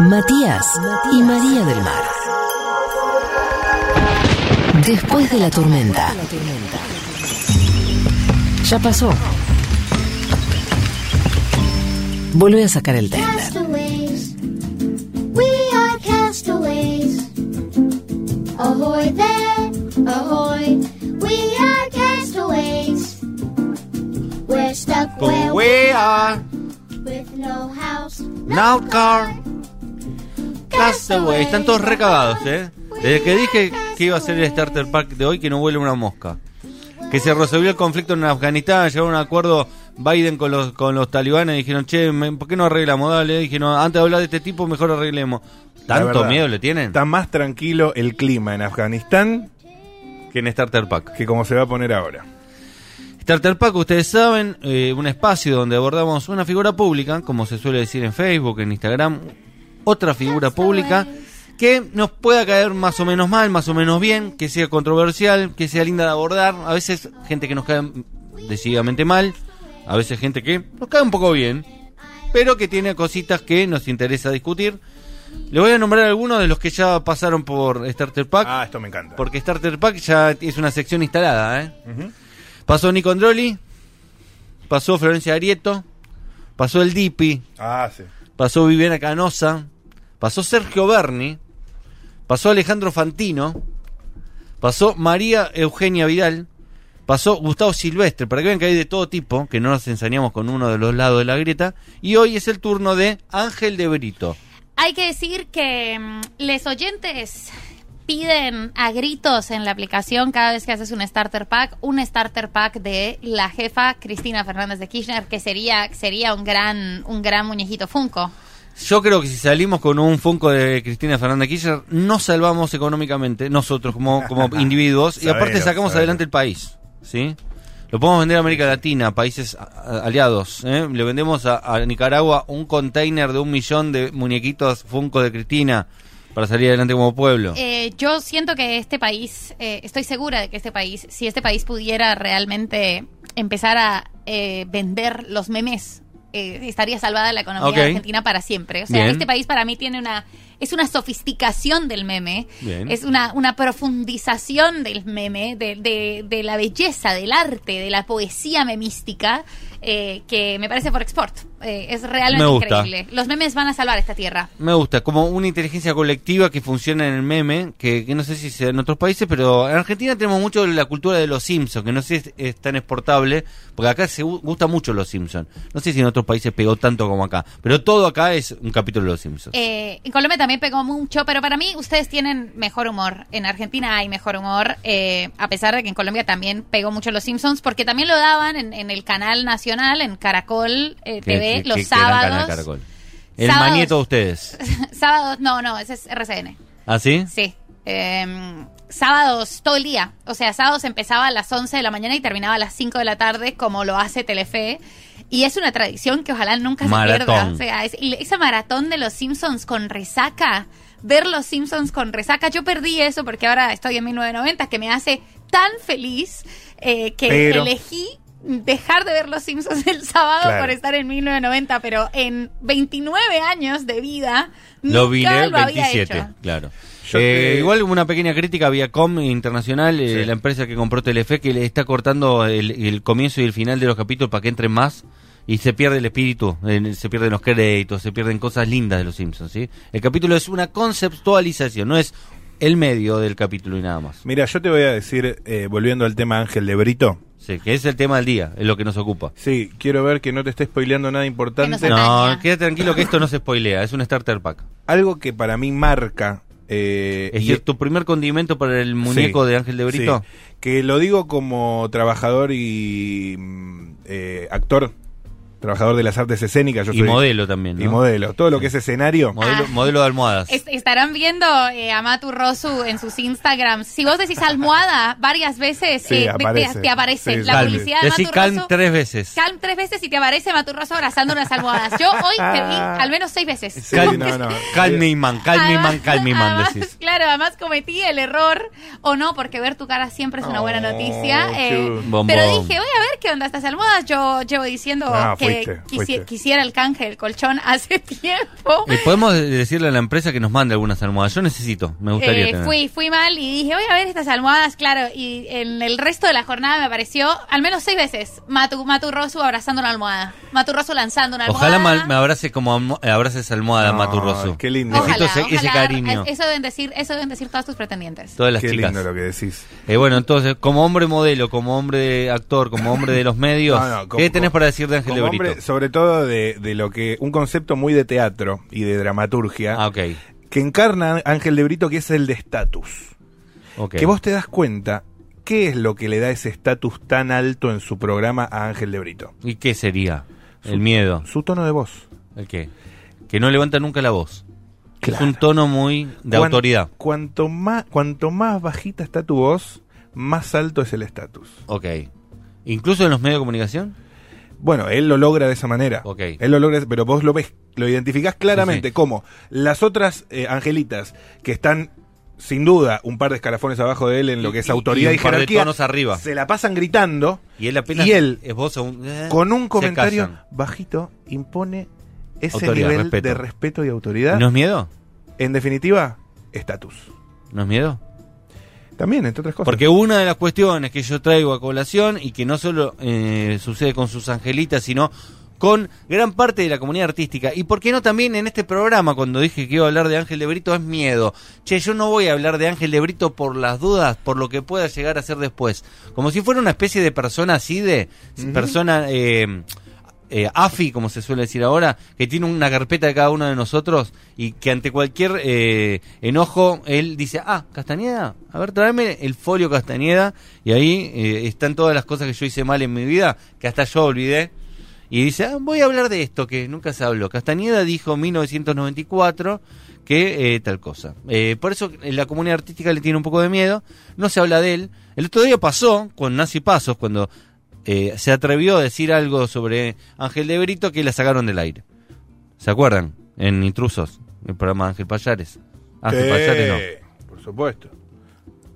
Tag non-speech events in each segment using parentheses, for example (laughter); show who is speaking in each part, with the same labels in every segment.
Speaker 1: Matías y María del Mar. Después de la tormenta. Ya pasó. Vuelve a sacar el tender.
Speaker 2: Castaways. We are castaways. Ahoy there, ahoy. We are castaways. We're stuck where we
Speaker 3: We are
Speaker 2: with no house.
Speaker 3: now car castaway. Están todos recagados, ¿eh? Desde que dije que iba a ser el starter pack de hoy, que no huele una mosca. Que se resolvió el conflicto en Afganistán, llegaron a un acuerdo Biden con los, con los talibanes, dijeron, che, me- ¿por qué no arreglamos? Dale, dijeron, antes de hablar de este tipo, mejor arreglemos.
Speaker 4: La
Speaker 3: ¿Tanto
Speaker 4: verdad,
Speaker 3: miedo le tienen?
Speaker 4: Está más tranquilo el clima en Afganistán
Speaker 3: Que en starter pack.
Speaker 4: que como se va a poner ahora.
Speaker 3: Starter Pack, ustedes saben, eh, un espacio donde abordamos una figura pública, como se suele decir en Facebook, en Instagram, otra figura pública que nos pueda caer más o menos mal, más o menos bien, que sea controversial, que sea linda de abordar. A veces gente que nos cae decididamente mal, a veces gente que nos cae un poco bien, pero que tiene cositas que nos interesa discutir. Le voy a nombrar algunos de los que ya pasaron por Starter Pack.
Speaker 4: Ah, esto me encanta.
Speaker 3: Porque Starter Pack ya es una sección instalada, ¿eh? Pasó Nico Androli, pasó Florencia Arieto, pasó el Dipi,
Speaker 4: Ah, sí.
Speaker 3: pasó Viviana Canosa, pasó Sergio Berni, pasó Alejandro Fantino, pasó María Eugenia Vidal, pasó Gustavo Silvestre, para que vean que hay de todo tipo, que no nos ensañamos con uno de los lados de la grieta, y hoy es el turno de Ángel de Brito.
Speaker 5: Hay que decir que los oyentes piden a gritos en la aplicación cada vez que haces un starter pack, un starter pack de la jefa Cristina Fernández de Kirchner, que sería, sería un gran, un gran muñequito Funko.
Speaker 3: Yo creo que si salimos con un Funko de Cristina Fernández Kirchner, nos salvamos económicamente, nosotros como, como
Speaker 4: (laughs)
Speaker 3: individuos, y
Speaker 4: Sabelo,
Speaker 3: aparte sacamos
Speaker 4: sabelo.
Speaker 3: adelante el país, ¿sí? Lo podemos vender a América Latina, a países a- a- aliados. ¿eh? Le vendemos a, a Nicaragua un container de un millón de muñequitos Funko de Cristina para salir adelante como pueblo.
Speaker 5: Eh, yo siento que este país, eh, estoy segura de que este país, si este país pudiera realmente empezar a eh, vender los memes, eh, estaría salvada la economía
Speaker 3: Ok.
Speaker 5: de Argentina para siempre. O sea,
Speaker 3: Bien.
Speaker 5: este país para mí tiene una es una sofisticación del meme,
Speaker 3: Bien.
Speaker 5: es una, una profundización del meme, de, de- de la belleza, del arte, de la poesía memística, eh, que me parece por export. Eh, es realmente
Speaker 3: Me gusta.
Speaker 5: increíble. Los memes van a salvar esta tierra.
Speaker 3: Me gusta, como una inteligencia colectiva que funciona en el meme, que, que no sé si sea en otros países, pero en Argentina tenemos mucho la cultura de los Simpsons, que no sé si es tan exportable, porque acá se gu- gusta mucho los Simpsons. No sé si en otros países pegó tanto como acá, pero todo acá es un capítulo de los Simpsons.
Speaker 5: Eh, en Colombia también pegó mucho, pero para mí ustedes tienen mejor humor. En Argentina hay mejor humor, eh, a pesar de que en Colombia también pegó mucho Los Simpsons, porque también lo daban en, en el canal nacional, en Caracol eh,
Speaker 3: Que-
Speaker 5: TV,
Speaker 3: que-
Speaker 5: los
Speaker 3: que- que gran canal,
Speaker 5: sábados.
Speaker 3: Caracol. El
Speaker 5: Sábados.
Speaker 3: manieto de ustedes.
Speaker 5: (laughs)
Speaker 3: ¿Ah,
Speaker 5: Sábados, no, no, ese es RCN. (laughs)
Speaker 3: ¿Así?
Speaker 5: Sí. Eh, sábados todo el día. O sea, sábados empezaba a las 11 de la mañana y terminaba a las 5 de la tarde, como lo hace Telefe. Y es una tradición que ojalá nunca se
Speaker 3: Maratón.
Speaker 5: pierda. O sea, es- y esa maratón de los Simpsons con resaca, ver los Simpsons con resaca. Yo perdí eso porque ahora estoy en 1990, que me hace tan feliz eh, que
Speaker 4: Pero-
Speaker 5: elegí dejar de ver los Simpsons el sábado
Speaker 4: Claro.
Speaker 5: por estar en 1990, pero en 29 años de vida
Speaker 3: Lo
Speaker 5: nunca
Speaker 3: vine
Speaker 5: lo había
Speaker 3: 27,
Speaker 5: hecho.
Speaker 3: claro.
Speaker 4: Yo
Speaker 3: Eh,
Speaker 4: te-
Speaker 3: Igual una pequeña crítica a Viacom Internacional, eh,
Speaker 4: Sí.
Speaker 3: la empresa que compró Telefe, que le está cortando el, el comienzo y el final de los capítulos para que entren más y se pierde el espíritu, eh, se pierden los créditos, se pierden cosas lindas de los Simpsons. ¿sí? El capítulo es una conceptualización, no es el medio del capítulo y nada más.
Speaker 4: Mira, yo te voy a decir, eh, volviendo al tema Ángel de Brito.
Speaker 3: Sí, que es el tema del día, es lo que nos ocupa.
Speaker 4: Sí, quiero ver que no te esté spoileando nada
Speaker 5: Que
Speaker 4: importante.
Speaker 5: no se-
Speaker 3: No,
Speaker 5: Tania.
Speaker 3: queda tranquilo que esto no se spoilea, es un starter pack.
Speaker 4: Algo que para mí marca. eh,
Speaker 3: Es
Speaker 4: y-
Speaker 3: decir, tu primer condimento para el muñeco
Speaker 4: Sí,
Speaker 3: de Ángel de Brito.
Speaker 4: sí. Que lo digo como trabajador y mm, eh, actor, trabajador de las artes escénicas. Yo
Speaker 3: Y
Speaker 4: soy-
Speaker 3: modelo también,
Speaker 4: Y
Speaker 3: ¿no?
Speaker 4: modelo. Todo lo que es escenario.
Speaker 3: Modelo,
Speaker 5: Ah.
Speaker 3: modelo de almohadas.
Speaker 5: Es- estarán viendo eh, a Matu Rosu en sus Instagrams. Si vos decís almohada varias veces,
Speaker 4: Sí,
Speaker 5: eh, te-
Speaker 4: aparece.
Speaker 5: te, te aparece
Speaker 4: Sí,
Speaker 5: la
Speaker 4: calm.
Speaker 5: publicidad de
Speaker 3: Decí
Speaker 5: Matu
Speaker 3: calm
Speaker 5: Rosu.
Speaker 3: tres veces.
Speaker 5: Calm tres veces y te aparece Matu Rosu abrazando unas almohadas. Yo hoy te vi
Speaker 4: Ah.
Speaker 5: al menos seis veces.
Speaker 4: Sí,
Speaker 3: Cal-
Speaker 4: no, no.
Speaker 3: Calm man, calm man,
Speaker 5: Además-
Speaker 3: calm man,
Speaker 5: además,
Speaker 3: decís.
Speaker 5: Claro, además cometí el error, o no, porque ver tu cara siempre es una buena
Speaker 4: Oh,
Speaker 5: noticia. eh,
Speaker 4: cute.
Speaker 3: Bombón.
Speaker 5: pero dije, voy a ver qué onda estas almohadas. Yo llevo diciendo
Speaker 4: Ah,
Speaker 5: que que
Speaker 4: Fuiste,
Speaker 5: quisi-
Speaker 4: fuiste.
Speaker 5: quisiera el canje del colchón hace (laughs) tiempo.
Speaker 3: Eh, podemos decirle a la empresa que nos mande algunas almohadas. Yo necesito, me gustaría.
Speaker 5: Eh,
Speaker 3: tener.
Speaker 5: fui, fui mal y dije, voy a ver estas almohadas, claro. Y en el resto de la jornada me apareció al menos seis veces Matu, Matu Rosu abrazando una almohada. Matu Rosu lanzando una almohada.
Speaker 3: Ojalá ma- me abrace como amo- eh, abrace esa almohada,
Speaker 4: Ay,
Speaker 3: Maturroso.
Speaker 4: qué lindo.
Speaker 3: Necesito
Speaker 5: Ojalá,
Speaker 3: ese, ese
Speaker 5: ojalá.
Speaker 3: cariño.
Speaker 5: Eso deben decir, eso deben decir todas tus pretendientes.
Speaker 3: Todas las
Speaker 4: Qué
Speaker 3: chicas.
Speaker 4: lindo lo que decís.
Speaker 3: Eh, bueno, entonces, como hombre modelo, como hombre de actor, como hombre de los medios,
Speaker 4: (laughs) No, no, como-
Speaker 3: ¿qué tenés
Speaker 4: como-
Speaker 3: para decir de Ángel
Speaker 4: Como
Speaker 3: Lebrito?
Speaker 4: hombre, sobre todo de, de lo que un concepto muy de teatro y de dramaturgia
Speaker 3: Ah, ok.
Speaker 4: que encarna Ángel de Brito, que es el de estatus.
Speaker 3: ok.
Speaker 4: Que vos te das cuenta qué es lo que le da ese estatus tan alto en su programa a Ángel de Brito.
Speaker 3: ¿Y qué sería? El miedo.
Speaker 4: Su tono de voz.
Speaker 3: ¿El qué? Que no levanta nunca la voz. Que Es
Speaker 4: Claro.
Speaker 3: un tono muy de
Speaker 4: Cuan-
Speaker 3: autoridad.
Speaker 4: Cuanto más, cuanto más bajita está tu voz, más alto es el estatus.
Speaker 3: Ok. ¿Incluso en los medios de comunicación?
Speaker 4: Bueno, él lo logra de esa manera.
Speaker 3: Ok.
Speaker 4: Él lo logra, pero vos lo ves, lo identificás claramente
Speaker 3: Sí, sí.
Speaker 4: como las otras eh, angelitas que están sin duda un par de escalafones abajo de él en lo que es
Speaker 3: Y- y
Speaker 4: autoridad y,
Speaker 3: un par de
Speaker 4: jerarquía.
Speaker 3: tonos arriba.
Speaker 4: Se la pasan gritando
Speaker 3: Y él apenas
Speaker 4: Y él,
Speaker 3: esboza un... eh,
Speaker 4: con un
Speaker 3: se
Speaker 4: comentario
Speaker 3: callan.
Speaker 4: bajito impone ese
Speaker 3: Autoridad,
Speaker 4: nivel
Speaker 3: respeto.
Speaker 4: de respeto y autoridad.
Speaker 3: ¿No es miedo?
Speaker 4: En definitiva, estatus.
Speaker 3: ¿No es miedo?
Speaker 4: También, entre otras cosas.
Speaker 3: Porque una de las cuestiones que yo traigo a colación y que no solo eh, sucede con sus angelitas, sino con gran parte de la comunidad artística. Y por qué no también en este programa, cuando dije que iba a hablar de Ángel de Brito, es miedo. Che, yo no voy a hablar de Ángel de Brito por las dudas, por lo que pueda llegar a ser después. Como si fuera una especie de persona así de... Persona... eh, eh, AFI, como se suele decir ahora, que tiene una carpeta de cada uno de nosotros y que ante cualquier eh, enojo él dice, ah, Castañeda, a ver, tráeme el folio Castañeda y ahí eh, están todas las cosas que yo hice mal en mi vida, que hasta yo olvidé. Y dice, ah, voy a hablar de esto que nunca se habló. Castañeda dijo en 1994 que eh, tal cosa. Eh, por eso eh, la comunidad artística le tiene un poco de miedo, no se habla de él. El otro día pasó con Nancy Pasos, cuando eh, se atrevió a decir algo sobre Ángel de Brito que la sacaron del aire. ¿Se acuerdan? En Intrusos, el programa de Ángel Payares. Ángel Payares
Speaker 4: Sí, Por supuesto.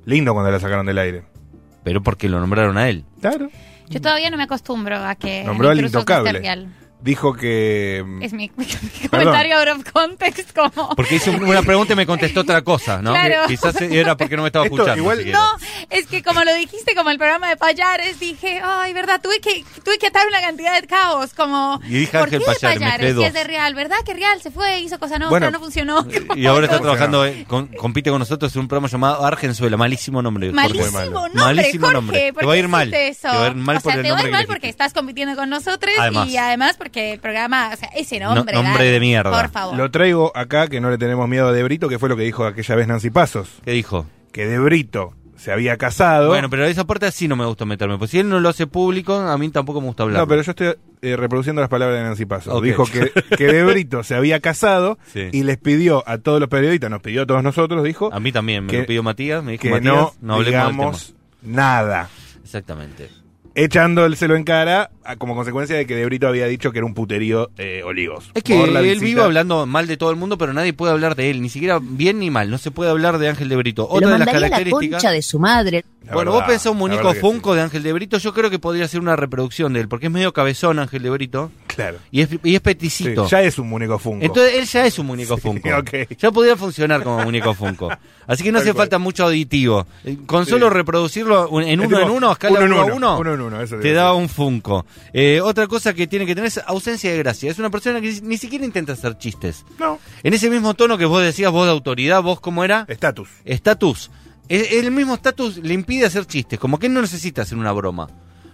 Speaker 4: Lindo cuando la sacaron del aire.
Speaker 3: no, pero porque lo nombraron a él.
Speaker 4: Claro.
Speaker 5: Yo todavía no me acostumbro a que.
Speaker 4: Nombró al
Speaker 5: intrusos no esté
Speaker 4: intocable.
Speaker 5: real.
Speaker 4: Dijo que. mm,
Speaker 5: Es mi, (laughs) mi comentario out of context como.
Speaker 3: Porque hizo una pregunta y me contestó otra cosa, ¿no?
Speaker 5: Claro.
Speaker 3: Quizás era porque no me estaba
Speaker 4: Esto
Speaker 3: escuchando.
Speaker 4: igual-
Speaker 3: siquiera.
Speaker 5: No, es que como lo dijiste, como el programa de Payares, dije, ay, verdad, tuve que, tuve que atar una cantidad de caos, como,
Speaker 3: Y dije
Speaker 5: ¿por
Speaker 3: Ángel
Speaker 5: qué
Speaker 3: Payares? Me quedé
Speaker 5: Payares? Si
Speaker 3: dos.
Speaker 5: es de Real, ¿verdad que Real se fue, hizo cosa no,
Speaker 4: Bueno,
Speaker 5: no funcionó?
Speaker 3: Y ahora está
Speaker 4: ¿Cómo que
Speaker 3: trabajando, eh, con- compite con nosotros en un programa llamado Argenzuela. Malísimo nombre. Jorge.
Speaker 5: (laughs) Malísimo
Speaker 4: Muy malo.
Speaker 5: nombre,
Speaker 3: Malísimo
Speaker 5: Jorge,
Speaker 3: nombre.
Speaker 5: ¿por
Speaker 3: Te va a
Speaker 5: qué
Speaker 3: ir mal.
Speaker 5: hiciste eso?
Speaker 3: Te va a ir mal
Speaker 5: o sea,
Speaker 3: por el
Speaker 5: te va
Speaker 3: nombre
Speaker 5: a ir
Speaker 3: que
Speaker 5: mal
Speaker 3: le
Speaker 5: porque
Speaker 3: hiciste.
Speaker 5: estás compitiendo con nosotros
Speaker 3: Además.
Speaker 5: y además porque el programa, o sea, ese
Speaker 3: No-
Speaker 5: nombre.
Speaker 3: nombre
Speaker 5: dale,
Speaker 3: de mierda.
Speaker 5: Por favor.
Speaker 4: Lo traigo acá, que no le tenemos miedo a De Brito, que fue lo que dijo aquella vez Nancy Pasos.
Speaker 3: ¿Qué dijo?
Speaker 4: Que De Brito se había casado.
Speaker 3: Bueno, pero esa parte sí no me gusta meterme. Pues si él no lo hace público, a mí tampoco me gusta hablar.
Speaker 4: no, pero yo estoy eh, reproduciendo las palabras de Nancy Pasos.
Speaker 3: Ok.
Speaker 4: Dijo que, que De Brito se había casado
Speaker 3: (laughs) Sí.
Speaker 4: y les pidió a todos los periodistas, nos pidió a todos nosotros, dijo,
Speaker 3: A mí también, me
Speaker 4: que-
Speaker 3: lo pidió Matías, me dijo
Speaker 4: que
Speaker 3: Matías,
Speaker 4: no,
Speaker 3: hablemos del
Speaker 4: digamos nada.
Speaker 3: tema. Exactamente.
Speaker 4: Echándoselo en cara a- como consecuencia de que De Brito había dicho que era un puterío eh, Olivos.
Speaker 3: Es que
Speaker 4: Por la
Speaker 3: él
Speaker 4: visita-
Speaker 3: vive hablando mal de todo el mundo, pero nadie puede hablar de él, ni siquiera bien ni mal. No se puede hablar de Ángel de Brito. Otra
Speaker 1: Lo
Speaker 3: de las
Speaker 1: mandaría a la
Speaker 3: características.
Speaker 1: concha de su madre.
Speaker 4: La
Speaker 3: bueno,
Speaker 4: verdad,
Speaker 3: vos pensás un
Speaker 4: la
Speaker 3: muñeco
Speaker 4: verdad que
Speaker 3: Funko de Ángel de Brito, yo creo que podría ser una reproducción de él, porque es medio cabezón Ángel de Brito
Speaker 4: sí. Claro.
Speaker 3: y es, y es
Speaker 4: Sí,
Speaker 3: peticito.
Speaker 4: ya es un muñeco Funko.
Speaker 3: Entonces él ya es un muñeco Funko.
Speaker 4: (laughs) ok.
Speaker 3: Ya podría funcionar como muñeco Funko. Así que no
Speaker 4: Tal
Speaker 3: hace
Speaker 4: cual.
Speaker 3: falta mucho auditivo. Eh, Con solo
Speaker 4: Sí.
Speaker 3: reproducirlo un- en
Speaker 4: Es
Speaker 3: uno
Speaker 4: tipo,
Speaker 3: en uno, a escala
Speaker 4: uno en
Speaker 3: uno a
Speaker 4: uno,
Speaker 3: uno,
Speaker 4: uno en uno, eso te
Speaker 3: te
Speaker 4: iba a
Speaker 3: da
Speaker 4: decir.
Speaker 3: un Funko. Eh, otra cosa que tiene que tener es ausencia de gracia. Es una persona que ni siquiera intenta hacer chistes.
Speaker 4: No,
Speaker 3: En ese mismo tono que vos decías, vos de autoridad, vos cómo era,
Speaker 4: estatus.
Speaker 3: estatus. E- El mismo estatus le impide hacer chistes, como que él no necesita hacer una broma.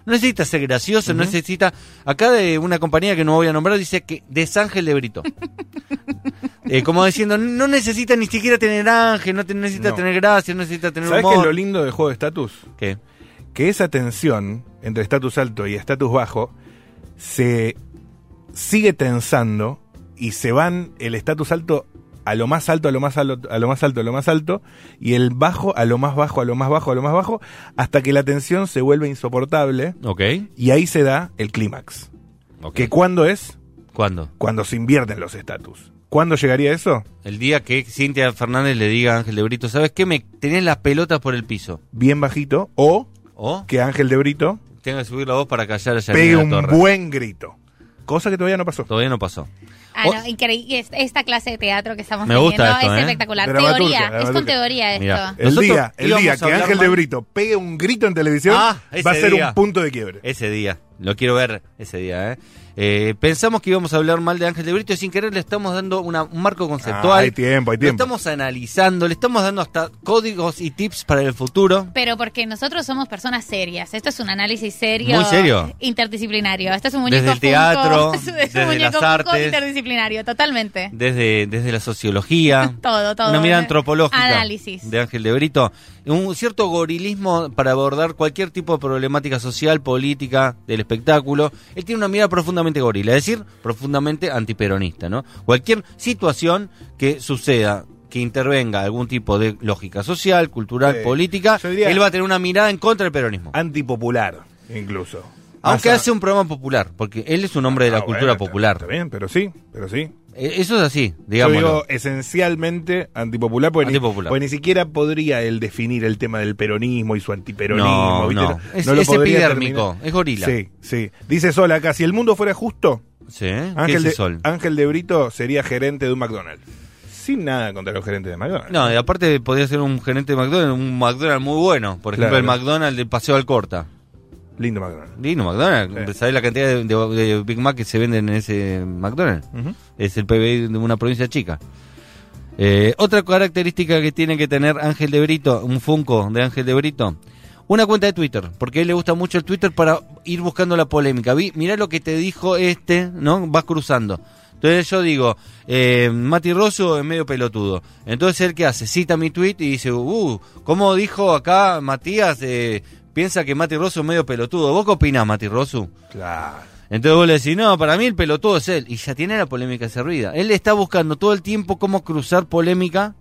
Speaker 3: No necesita ser gracioso, no necesita... Acá de una compañía que no voy a nombrar dice que desángel de
Speaker 4: (laughs)
Speaker 3: Brito. Eh, como diciendo, no necesita ni siquiera tener ángel, no te- necesita
Speaker 4: No.
Speaker 3: tener gracia, no necesita tener
Speaker 4: ¿Sabes qué es
Speaker 3: humor.
Speaker 4: lo lindo del juego de estatus?
Speaker 3: ¿Qué?
Speaker 4: Que esa tensión entre estatus alto y estatus bajo se sigue tensando y se van el estatus alto a lo más alto, a lo más alto, a lo más alto, a lo más alto, y el bajo a lo más bajo, a lo más bajo, a lo más bajo, hasta que la tensión se vuelve insoportable
Speaker 3: Ok.
Speaker 4: y ahí se da el clímax.
Speaker 3: ok.
Speaker 4: ¿Que cuándo es?
Speaker 3: ¿Cuándo?
Speaker 4: Cuando se invierten los estatus. ¿Cuándo llegaría eso?
Speaker 3: El día que Cintia Fernández le diga a Ángel de Brito, ¿sabes qué? Me tenés las pelotas por el piso.
Speaker 4: Bien bajito, o
Speaker 3: O
Speaker 4: que Ángel de Brito
Speaker 3: tengo que subir la voz para callar a Yanina
Speaker 4: pegue un
Speaker 3: Torres.
Speaker 4: buen grito. cosa que todavía no pasó.
Speaker 3: Todavía no pasó.
Speaker 5: Ah,
Speaker 3: Oh.
Speaker 5: no, increíble. Es- Esta clase de teatro que estamos
Speaker 3: Me
Speaker 5: teniendo
Speaker 3: gusta esto,
Speaker 5: es
Speaker 3: ¿eh?
Speaker 5: espectacular.
Speaker 4: Dramaturgia,
Speaker 5: teoría, es con
Speaker 4: dramaturgia.
Speaker 5: teoría esto.
Speaker 3: Mirá.
Speaker 4: El
Speaker 3: Nosotros
Speaker 4: día, el
Speaker 3: íbamos
Speaker 4: día
Speaker 3: a
Speaker 4: que
Speaker 3: hablar
Speaker 4: Ángel
Speaker 3: más-
Speaker 4: de Brito pegue un grito en televisión
Speaker 3: Ah, ese
Speaker 4: va a ser
Speaker 3: día.
Speaker 4: un punto de quiebre.
Speaker 3: Ese día. Lo quiero ver ese día, ¿eh? Eh, Pensamos que íbamos a hablar mal de Ángel de Brito y sin querer le estamos dando una- un marco conceptual.
Speaker 4: Ah, hay tiempo, hay
Speaker 3: Lo
Speaker 4: tiempo.
Speaker 3: estamos analizando, le estamos dando hasta códigos y tips para el futuro.
Speaker 5: Pero porque nosotros somos personas serias. Esto es un análisis serio.
Speaker 3: Muy serio.
Speaker 5: Interdisciplinario. Esto es un muñeco
Speaker 3: Desde el
Speaker 5: Funko. (laughs)
Speaker 3: teatro,
Speaker 5: Es un
Speaker 3: desde
Speaker 5: muñeco
Speaker 3: las
Speaker 5: Funko
Speaker 3: artes.
Speaker 5: interdisciplinario, totalmente.
Speaker 3: Desde, desde la sociología.
Speaker 5: (laughs) Todo, todo.
Speaker 3: Una mirada antropológica.
Speaker 5: Análisis.
Speaker 3: De Ángel de Brito. Un cierto gorilismo para abordar cualquier tipo de problemática social, política, del espectáculo. Él tiene una mirada profundamente gorila, es decir, profundamente antiperonista, ¿no? Cualquier situación que suceda que intervenga algún tipo de lógica social, cultural,
Speaker 4: Sí.
Speaker 3: política,
Speaker 4: Yo diría- Ah,
Speaker 3: él va a tener una mirada en contra del peronismo.
Speaker 4: Antipopular, incluso.
Speaker 3: Aunque
Speaker 4: Más a-
Speaker 3: hace un programa popular, porque él es un hombre de la
Speaker 4: Ah, bueno,
Speaker 3: cultura
Speaker 4: está-
Speaker 3: popular.
Speaker 4: Está bien, pero sí, pero sí.
Speaker 3: Eh, Eso es así,
Speaker 4: Yo
Speaker 3: digámoslo.
Speaker 4: digo esencialmente antipopular porque, Ni,
Speaker 3: Antipopular.
Speaker 4: porque ni siquiera podría él definir el tema del peronismo y su antiperonismo.
Speaker 3: No,
Speaker 4: ¿viste?
Speaker 3: no. Es-
Speaker 4: lo
Speaker 3: es
Speaker 4: podría
Speaker 3: epidérmico,
Speaker 4: terminar.
Speaker 3: es gorila.
Speaker 4: Sí, sí. Dice Sol acá, si el mundo fuera justo,
Speaker 3: Sí, ¿qué
Speaker 4: Ángel
Speaker 3: dice
Speaker 4: de,
Speaker 3: Sol?
Speaker 4: Ángel de Brito sería gerente de un McDonald's. Sin nada contra los gerentes de McDonald's.
Speaker 3: No, y aparte podría ser un gerente de McDonald's, un McDonald's muy bueno. Por ejemplo,
Speaker 4: Claro.
Speaker 3: el McDonald's de Paseo Alcorta.
Speaker 4: Lindo McDonald's.
Speaker 3: Dino McDonald's.
Speaker 4: Sí.
Speaker 3: ¿Sabés la cantidad de, de- de Big Mac que se venden en ese McDonald's?
Speaker 4: Ujú.
Speaker 3: Es el PBI de una provincia chica. Eh, otra característica que tiene que tener Ángel de Brito, un Funko de Ángel de Brito, una cuenta de Twitter, porque a él le gusta mucho el Twitter para ir buscando la polémica. Vi, mirá lo que te dijo este, ¿no? Vas cruzando. Entonces yo digo, eh, Mati Rosso es medio pelotudo. Entonces él que hace, cita mi tweet y dice, uh, ¿cómo dijo acá Matías? Eh, piensa que Mati Rosso es medio pelotudo. ¿Vos qué opinás, Mati Rosso?
Speaker 4: Claro.
Speaker 3: Entonces vos le decís, no, para mí el pelotudo es él. Y ya tiene la polémica servida. Él está buscando todo el tiempo cómo cruzar polémica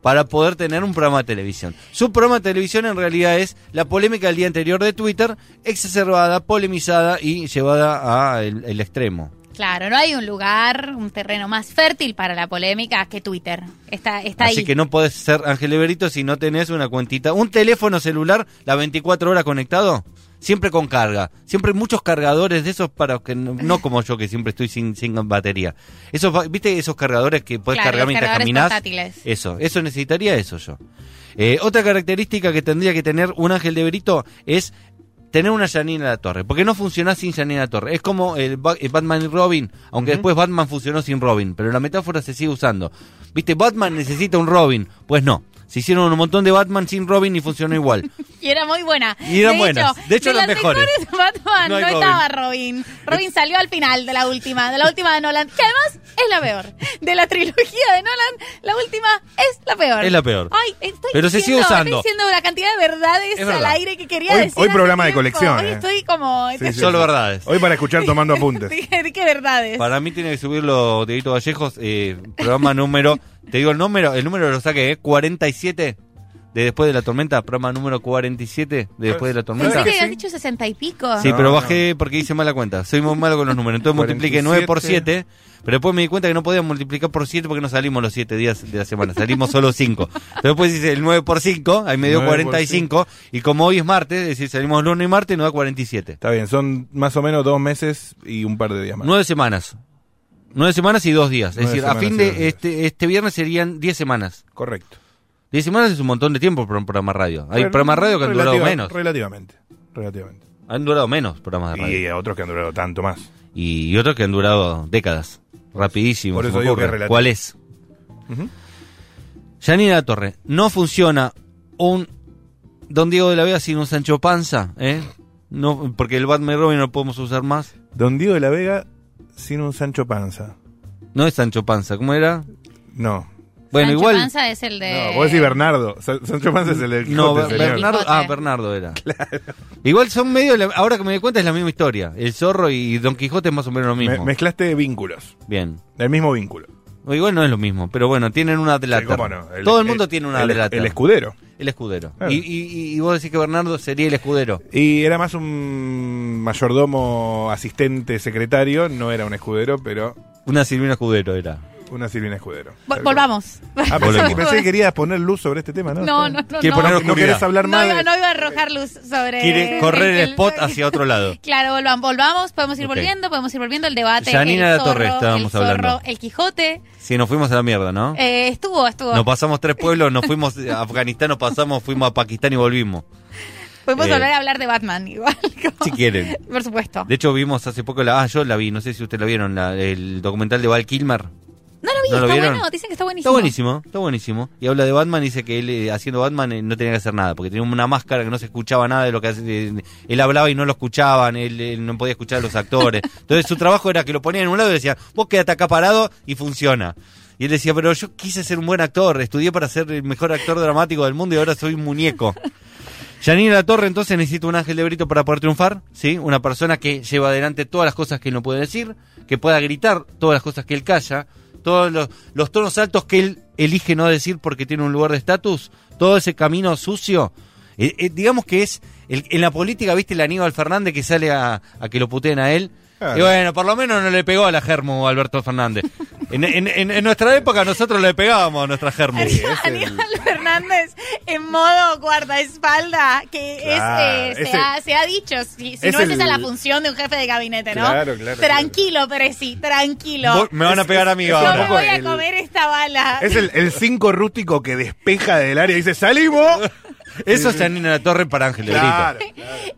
Speaker 3: para poder tener un programa de televisión. Su programa de televisión en realidad es la polémica del día anterior de Twitter, exacerbada, polemizada y llevada al el extremo.
Speaker 5: Claro, no hay un lugar, un terreno más fértil para la polémica que Twitter. Está, está
Speaker 3: Así
Speaker 5: ahí.
Speaker 3: que no podés ser Ángel Everito si no tenés una cuentita. Un teléfono celular, las 24 horas conectado, siempre con carga. Siempre hay muchos cargadores de esos para que no, no como yo que siempre estoy sin, sin batería. Esos, va- ¿Viste esos cargadores que podés
Speaker 5: Claro,
Speaker 3: cargar
Speaker 5: los
Speaker 3: mientras
Speaker 5: cargadores
Speaker 3: caminás?
Speaker 5: portátiles.
Speaker 3: Eso, eso necesitaría eso yo. Eh, otra característica que tendría que tener un Ángel de Brito es tener una Janina La Torre, porque no funciona sin Janina La Torre. Es como el, Ba- el Batman y Robin, aunque después Batman funcionó sin Robin, pero la metáfora se sigue usando. ¿Viste? Batman necesita un Robin. Pues no. Se hicieron un montón de Batman sin Robin y funcionó igual.
Speaker 5: Y era muy buena.
Speaker 3: Y eran buenas. De hecho,
Speaker 5: las
Speaker 3: eran mejores. No
Speaker 5: Batman, no,
Speaker 3: hay Robin.
Speaker 5: estaba Robin. Robin salió al final de la última, de la última de Nolan, que además es la peor. De la trilogía de Nolan, la última es la peor.
Speaker 3: Es la peor.
Speaker 5: Ay, estoy
Speaker 3: Pero se sigue
Speaker 5: diciendo-
Speaker 3: usando.
Speaker 5: Estoy diciendo la cantidad de verdades
Speaker 3: Es verdad.
Speaker 5: al aire que quería
Speaker 4: Hoy-
Speaker 5: decir.
Speaker 4: hoy
Speaker 5: hace
Speaker 4: programa de
Speaker 5: tiempo.
Speaker 4: colección,
Speaker 5: Hoy
Speaker 4: eh.
Speaker 5: estoy como.
Speaker 4: Sí, sí,
Speaker 3: Solo
Speaker 4: sí.
Speaker 3: verdades.
Speaker 4: Hoy para escuchar tomando apuntes.
Speaker 5: Dije, ¿de qué verdades?
Speaker 3: Para mí tiene que subirlo Dieguito Vallejos, eh, programa (laughs) número, te digo el número, el número lo saqué, eh, 47 de Después de la Tormenta, programa número 47 de Después de la
Speaker 5: Pensé
Speaker 3: Tormenta.
Speaker 5: que habías dicho sesenta y pico.
Speaker 3: Sí,
Speaker 4: No,
Speaker 3: pero
Speaker 4: no.
Speaker 3: bajé porque hice mala cuenta. Soy muy malo con los números. Entonces multipliqué 9 por 7, pero después me di cuenta que no podía multiplicar por 7 porque no salimos los 7 días de la semana, salimos solo 5. Después hice el 9 por 5, ahí me dio
Speaker 4: 9 por
Speaker 3: 45, y como hoy es martes, es decir, salimos lunes y martes, nos da 47.
Speaker 4: Está bien, son más o menos dos meses y un par de días más.
Speaker 3: Nueve semanas. Nueve semanas y dos días. Es
Speaker 4: Nueve
Speaker 3: decir, a
Speaker 4: semanas
Speaker 3: fin
Speaker 4: y dos
Speaker 3: de
Speaker 4: días.
Speaker 3: este, este viernes serían diez semanas.
Speaker 4: Correcto.
Speaker 3: Diez semanas es un montón de tiempo para un programa de radio. Hay
Speaker 4: Bueno,
Speaker 3: programas de radio que han durado
Speaker 4: relativa-
Speaker 3: menos.
Speaker 4: Relativamente. Relativamente.
Speaker 3: Han durado menos programas de radio.
Speaker 4: Y a otros que han durado tanto más.
Speaker 3: Y, otros que han durado décadas. Rapidísimo.
Speaker 4: Por
Speaker 3: se
Speaker 4: eso
Speaker 3: me
Speaker 4: digo que
Speaker 3: ocurre.
Speaker 4: es relativo.
Speaker 3: ¿Cuál es?
Speaker 4: Ujú.
Speaker 3: Yanina Torre, no funciona un Don Diego de la Vega sin un Sancho Panza, ¿eh? No, porque el Batman y Robin no lo podemos usar más.
Speaker 4: Don Diego de la Vega sin un Sancho Panza.
Speaker 3: No es Sancho Panza, ¿cómo era?
Speaker 4: No.
Speaker 3: Bueno,
Speaker 5: Sancho
Speaker 3: igual.
Speaker 5: Panza es el de.
Speaker 4: No, vos decís Bernardo. Sa- Sancho Panza es el del
Speaker 3: No,
Speaker 4: Quijote,
Speaker 3: Ber-
Speaker 4: señor.
Speaker 3: Bernardo,
Speaker 5: Quijote.
Speaker 3: ah, Bernardo era. Igual son medio, la- ahora que me doy cuenta es la misma historia. El zorro y Don Quijote es más o menos lo
Speaker 4: Me-
Speaker 3: mismo.
Speaker 4: mezclaste vínculos.
Speaker 3: Bien.
Speaker 4: El mismo vínculo.
Speaker 3: O igual no es lo mismo, pero bueno, tienen una
Speaker 4: Sí,
Speaker 3: adelater.
Speaker 4: cómo no,
Speaker 3: Todo el mundo tiene una
Speaker 4: el,
Speaker 3: adelater.
Speaker 4: el escudero.
Speaker 3: El escudero.
Speaker 4: Claro.
Speaker 3: Y, y- y vos decís que Bernardo sería el escudero.
Speaker 4: Y era más un mayordomo asistente secretario. No era un escudero, pero
Speaker 3: Una Silvina Escudero era.
Speaker 4: Una Silvina Escudero.
Speaker 5: Vol- volvamos.
Speaker 4: Ah, pensé,
Speaker 6: Volvemos.
Speaker 4: pensé que querías poner luz sobre este tema, ¿no?
Speaker 5: No, no, no.
Speaker 6: Quiere
Speaker 5: no.
Speaker 6: poner
Speaker 4: No, no querés
Speaker 6: oscuridad.
Speaker 4: hablar
Speaker 5: No
Speaker 4: más.
Speaker 5: iba,
Speaker 4: de-
Speaker 5: no iba a arrojar luz sobre.
Speaker 6: Quiere correr el spot
Speaker 5: hacia
Speaker 6: hacia otro lado.
Speaker 5: (laughs) Claro, volvamos, volvamos, podemos ir
Speaker 6: Ok.
Speaker 5: volviendo, podemos ir volviendo. El debate.
Speaker 3: Yanina
Speaker 5: el
Speaker 3: La Torre, estábamos
Speaker 5: el zorro,
Speaker 3: hablando.
Speaker 5: El Quijote.
Speaker 3: Sí, nos fuimos a la mierda, ¿no?
Speaker 5: Eh, estuvo, estuvo.
Speaker 3: Nos pasamos tres pueblos, nos fuimos a Afganistán, nos pasamos, fuimos a Pakistán y volvimos.
Speaker 5: podemos
Speaker 3: eh,
Speaker 5: volver a hablar de Batman igual. (laughs) como-
Speaker 3: Si quieren.
Speaker 5: Por supuesto.
Speaker 3: De hecho, vimos hace poco la. Ah, yo la vi, no sé si ustedes la vieron, la- el documental de Val Kilmer.
Speaker 5: no Ah, lo vi,
Speaker 3: ¿no lo
Speaker 5: está
Speaker 3: vieron?
Speaker 5: bueno, dicen que está
Speaker 3: Está
Speaker 5: buenísimo.
Speaker 3: buenísimo, está buenísimo. Y habla de Batman, dice que él eh, haciendo Batman eh, no tenía que hacer nada, porque tenía una máscara que no se escuchaba nada de lo que hace- de- él hablaba y no lo escuchaban, él, él no podía escuchar a los actores. Entonces su trabajo era que lo ponían en un lado y decían, vos quédate acá parado y funciona. Y él decía, pero yo quise ser un buen actor, estudié para ser el mejor actor dramático del mundo y ahora soy un muñeco. Janina La Torre entonces necesita un ángel de brito para poder triunfar, ¿sí? Una persona que lleva adelante todas las cosas que él no puede decir, que pueda gritar todas las cosas que él calla, todos los, los tonos altos que él elige no decir porque tiene un lugar de estatus, todo ese camino sucio. Eh, eh, digamos que es, el- en la política, ¿viste el Aníbal Fernández que sale a, a que lo puteen a él?
Speaker 4: Claro.
Speaker 3: Y bueno, por lo menos no le pegó a la Germu Alberto Fernández. En, en- en- en nuestra época nosotros le pegábamos a nuestra Germu.
Speaker 5: (laughs) Aníbal Fernández en modo guardaespalda, que
Speaker 4: Claro,
Speaker 5: es, eh, se,
Speaker 4: ese-
Speaker 5: ha, se ha dicho, si, si
Speaker 4: es
Speaker 5: no es
Speaker 4: el-
Speaker 5: esa la función de un jefe de gabinete, ¿no?
Speaker 4: Claro, claro,
Speaker 5: Tranquilo, Presi, tranquilo.
Speaker 3: Vos- Me van a pegar a mí
Speaker 4: Es- es-
Speaker 5: Yo
Speaker 3: ahora.
Speaker 5: me voy a
Speaker 4: El-
Speaker 5: comer esta bala.
Speaker 4: Es el, el cinco rústico que despeja del área y dice, ¡salimos!
Speaker 3: Eso es Janina La Torre para Ángel de Brito.
Speaker 4: Claro.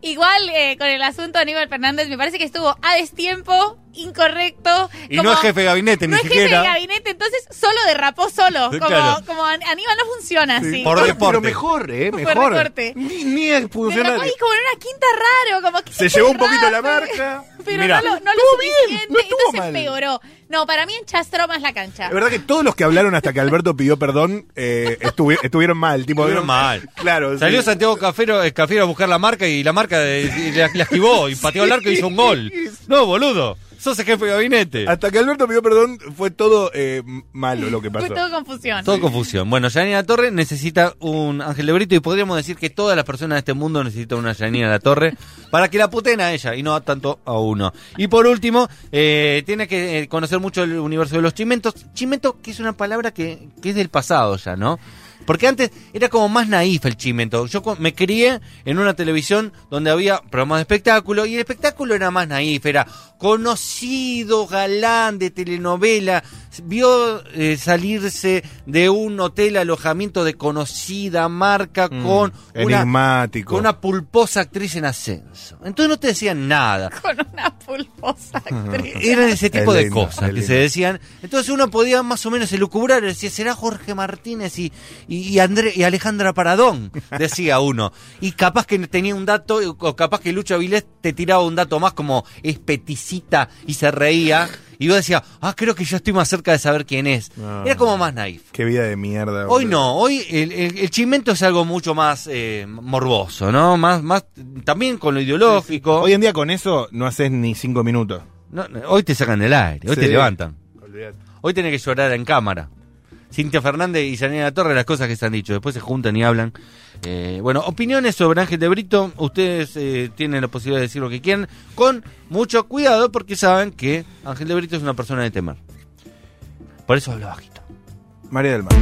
Speaker 5: Igual eh, con el asunto de Aníbal Fernández, me parece que estuvo a destiempo, incorrecto.
Speaker 3: Y
Speaker 5: como-
Speaker 3: no es jefe de gabinete,
Speaker 5: no
Speaker 3: ni
Speaker 5: es jefe
Speaker 3: siquiera.
Speaker 5: de gabinete, entonces solo derrapó solo.
Speaker 3: Sí,
Speaker 5: Como,
Speaker 3: claro.
Speaker 5: como An- Aníbal no funciona así.
Speaker 3: Por
Speaker 4: Pero-
Speaker 3: deporte.
Speaker 4: Pero mejor, ¿eh?
Speaker 5: Por
Speaker 4: Mejor.
Speaker 5: recorte.
Speaker 4: Ni, ni es
Speaker 5: Derrapó
Speaker 4: funcional.
Speaker 5: ahí como en una quinta raro, como que
Speaker 4: Se
Speaker 5: este
Speaker 4: llevó un poquito la
Speaker 5: derrape.
Speaker 4: marca.
Speaker 5: (laughs) Pero
Speaker 4: Mirá,
Speaker 5: no lo, no lo
Speaker 4: estuvo bien,
Speaker 5: suficiente,
Speaker 4: no estuvo
Speaker 5: entonces
Speaker 4: mal.
Speaker 5: empeoró. No, para mí enchastró más la cancha.
Speaker 4: La verdad que todos los que hablaron hasta que Alberto pidió perdón eh, estuvi- estuvieron mal. Tipo,
Speaker 3: Estuvieron mal.
Speaker 4: Claro.
Speaker 3: Salió
Speaker 4: pues sí.
Speaker 3: Santiago Cafero, eh, Cafiero a buscar la marca y la marca de- y la, la esquivó y pateó al arco y hizo un gol. No, boludo. Sos el jefe de gabinete.
Speaker 4: Hasta que Alberto pidió perdón fue todo eh, malo lo que pasó.
Speaker 5: Fue todo confusión.
Speaker 3: Todo confusión. Bueno, Janina Torre necesita un Ángel de Brito y podríamos decir que todas las personas de este mundo necesitan una Janina La Torre para que la puten a ella y no tanto a uno. Y por último, eh, tiene que eh, conocer mucho el universo de los chimentos. Chimento, que es una palabra que, que es del pasado ya, ¿no? Porque antes era como más naif el chimento. Yo cu- me crié en una televisión donde había programas de espectáculo y el espectáculo era más naif, era conocido galán de telenovela, vio eh, salirse de un hotel alojamiento de conocida marca con una,
Speaker 4: Enigmático.
Speaker 3: con una pulposa actriz en ascenso. Entonces no te decían nada.
Speaker 5: (laughs) Con una pulposa actriz.
Speaker 3: Eran ese tipo
Speaker 4: Es
Speaker 3: de
Speaker 4: lindo,
Speaker 3: cosas
Speaker 4: es
Speaker 3: que
Speaker 4: lindo.
Speaker 3: se decían. Entonces uno podía más o menos elucubrar, decía, será Jorge Martínez y, y, y André, y Alejandra
Speaker 4: (laughs)
Speaker 3: Paradón, decía uno. Y capaz que tenía un dato, o capaz que Lucho Avilés te tiraba un dato más como es peticita y se reía. Y vos decías, ah, creo que ya estoy más cerca de saber quién es.
Speaker 4: No.
Speaker 3: Era como más naif.
Speaker 4: Qué vida de mierda.
Speaker 3: Hoy
Speaker 4: boludo.
Speaker 3: no, hoy el, el, el chimento es algo mucho más eh, morboso, ¿no? Más, más también con lo ideológico.
Speaker 4: Hoy en día con eso no haces ni cinco minutos.
Speaker 3: No, no, hoy te sacan del aire, hoy
Speaker 4: Sí.
Speaker 3: te levantan.
Speaker 4: Olvídate.
Speaker 3: Hoy tiene que llorar en cámara. Cintia Fernández y Yanina Torre, las cosas que se han dicho. Después se juntan y hablan. Eh, bueno, opiniones sobre Ángel de Brito. Ustedes eh, tienen la posibilidad de decir lo que quieran. Con mucho cuidado porque saben que Ángel de Brito es una persona de temer. Por eso habla bajito.
Speaker 4: María del Mar.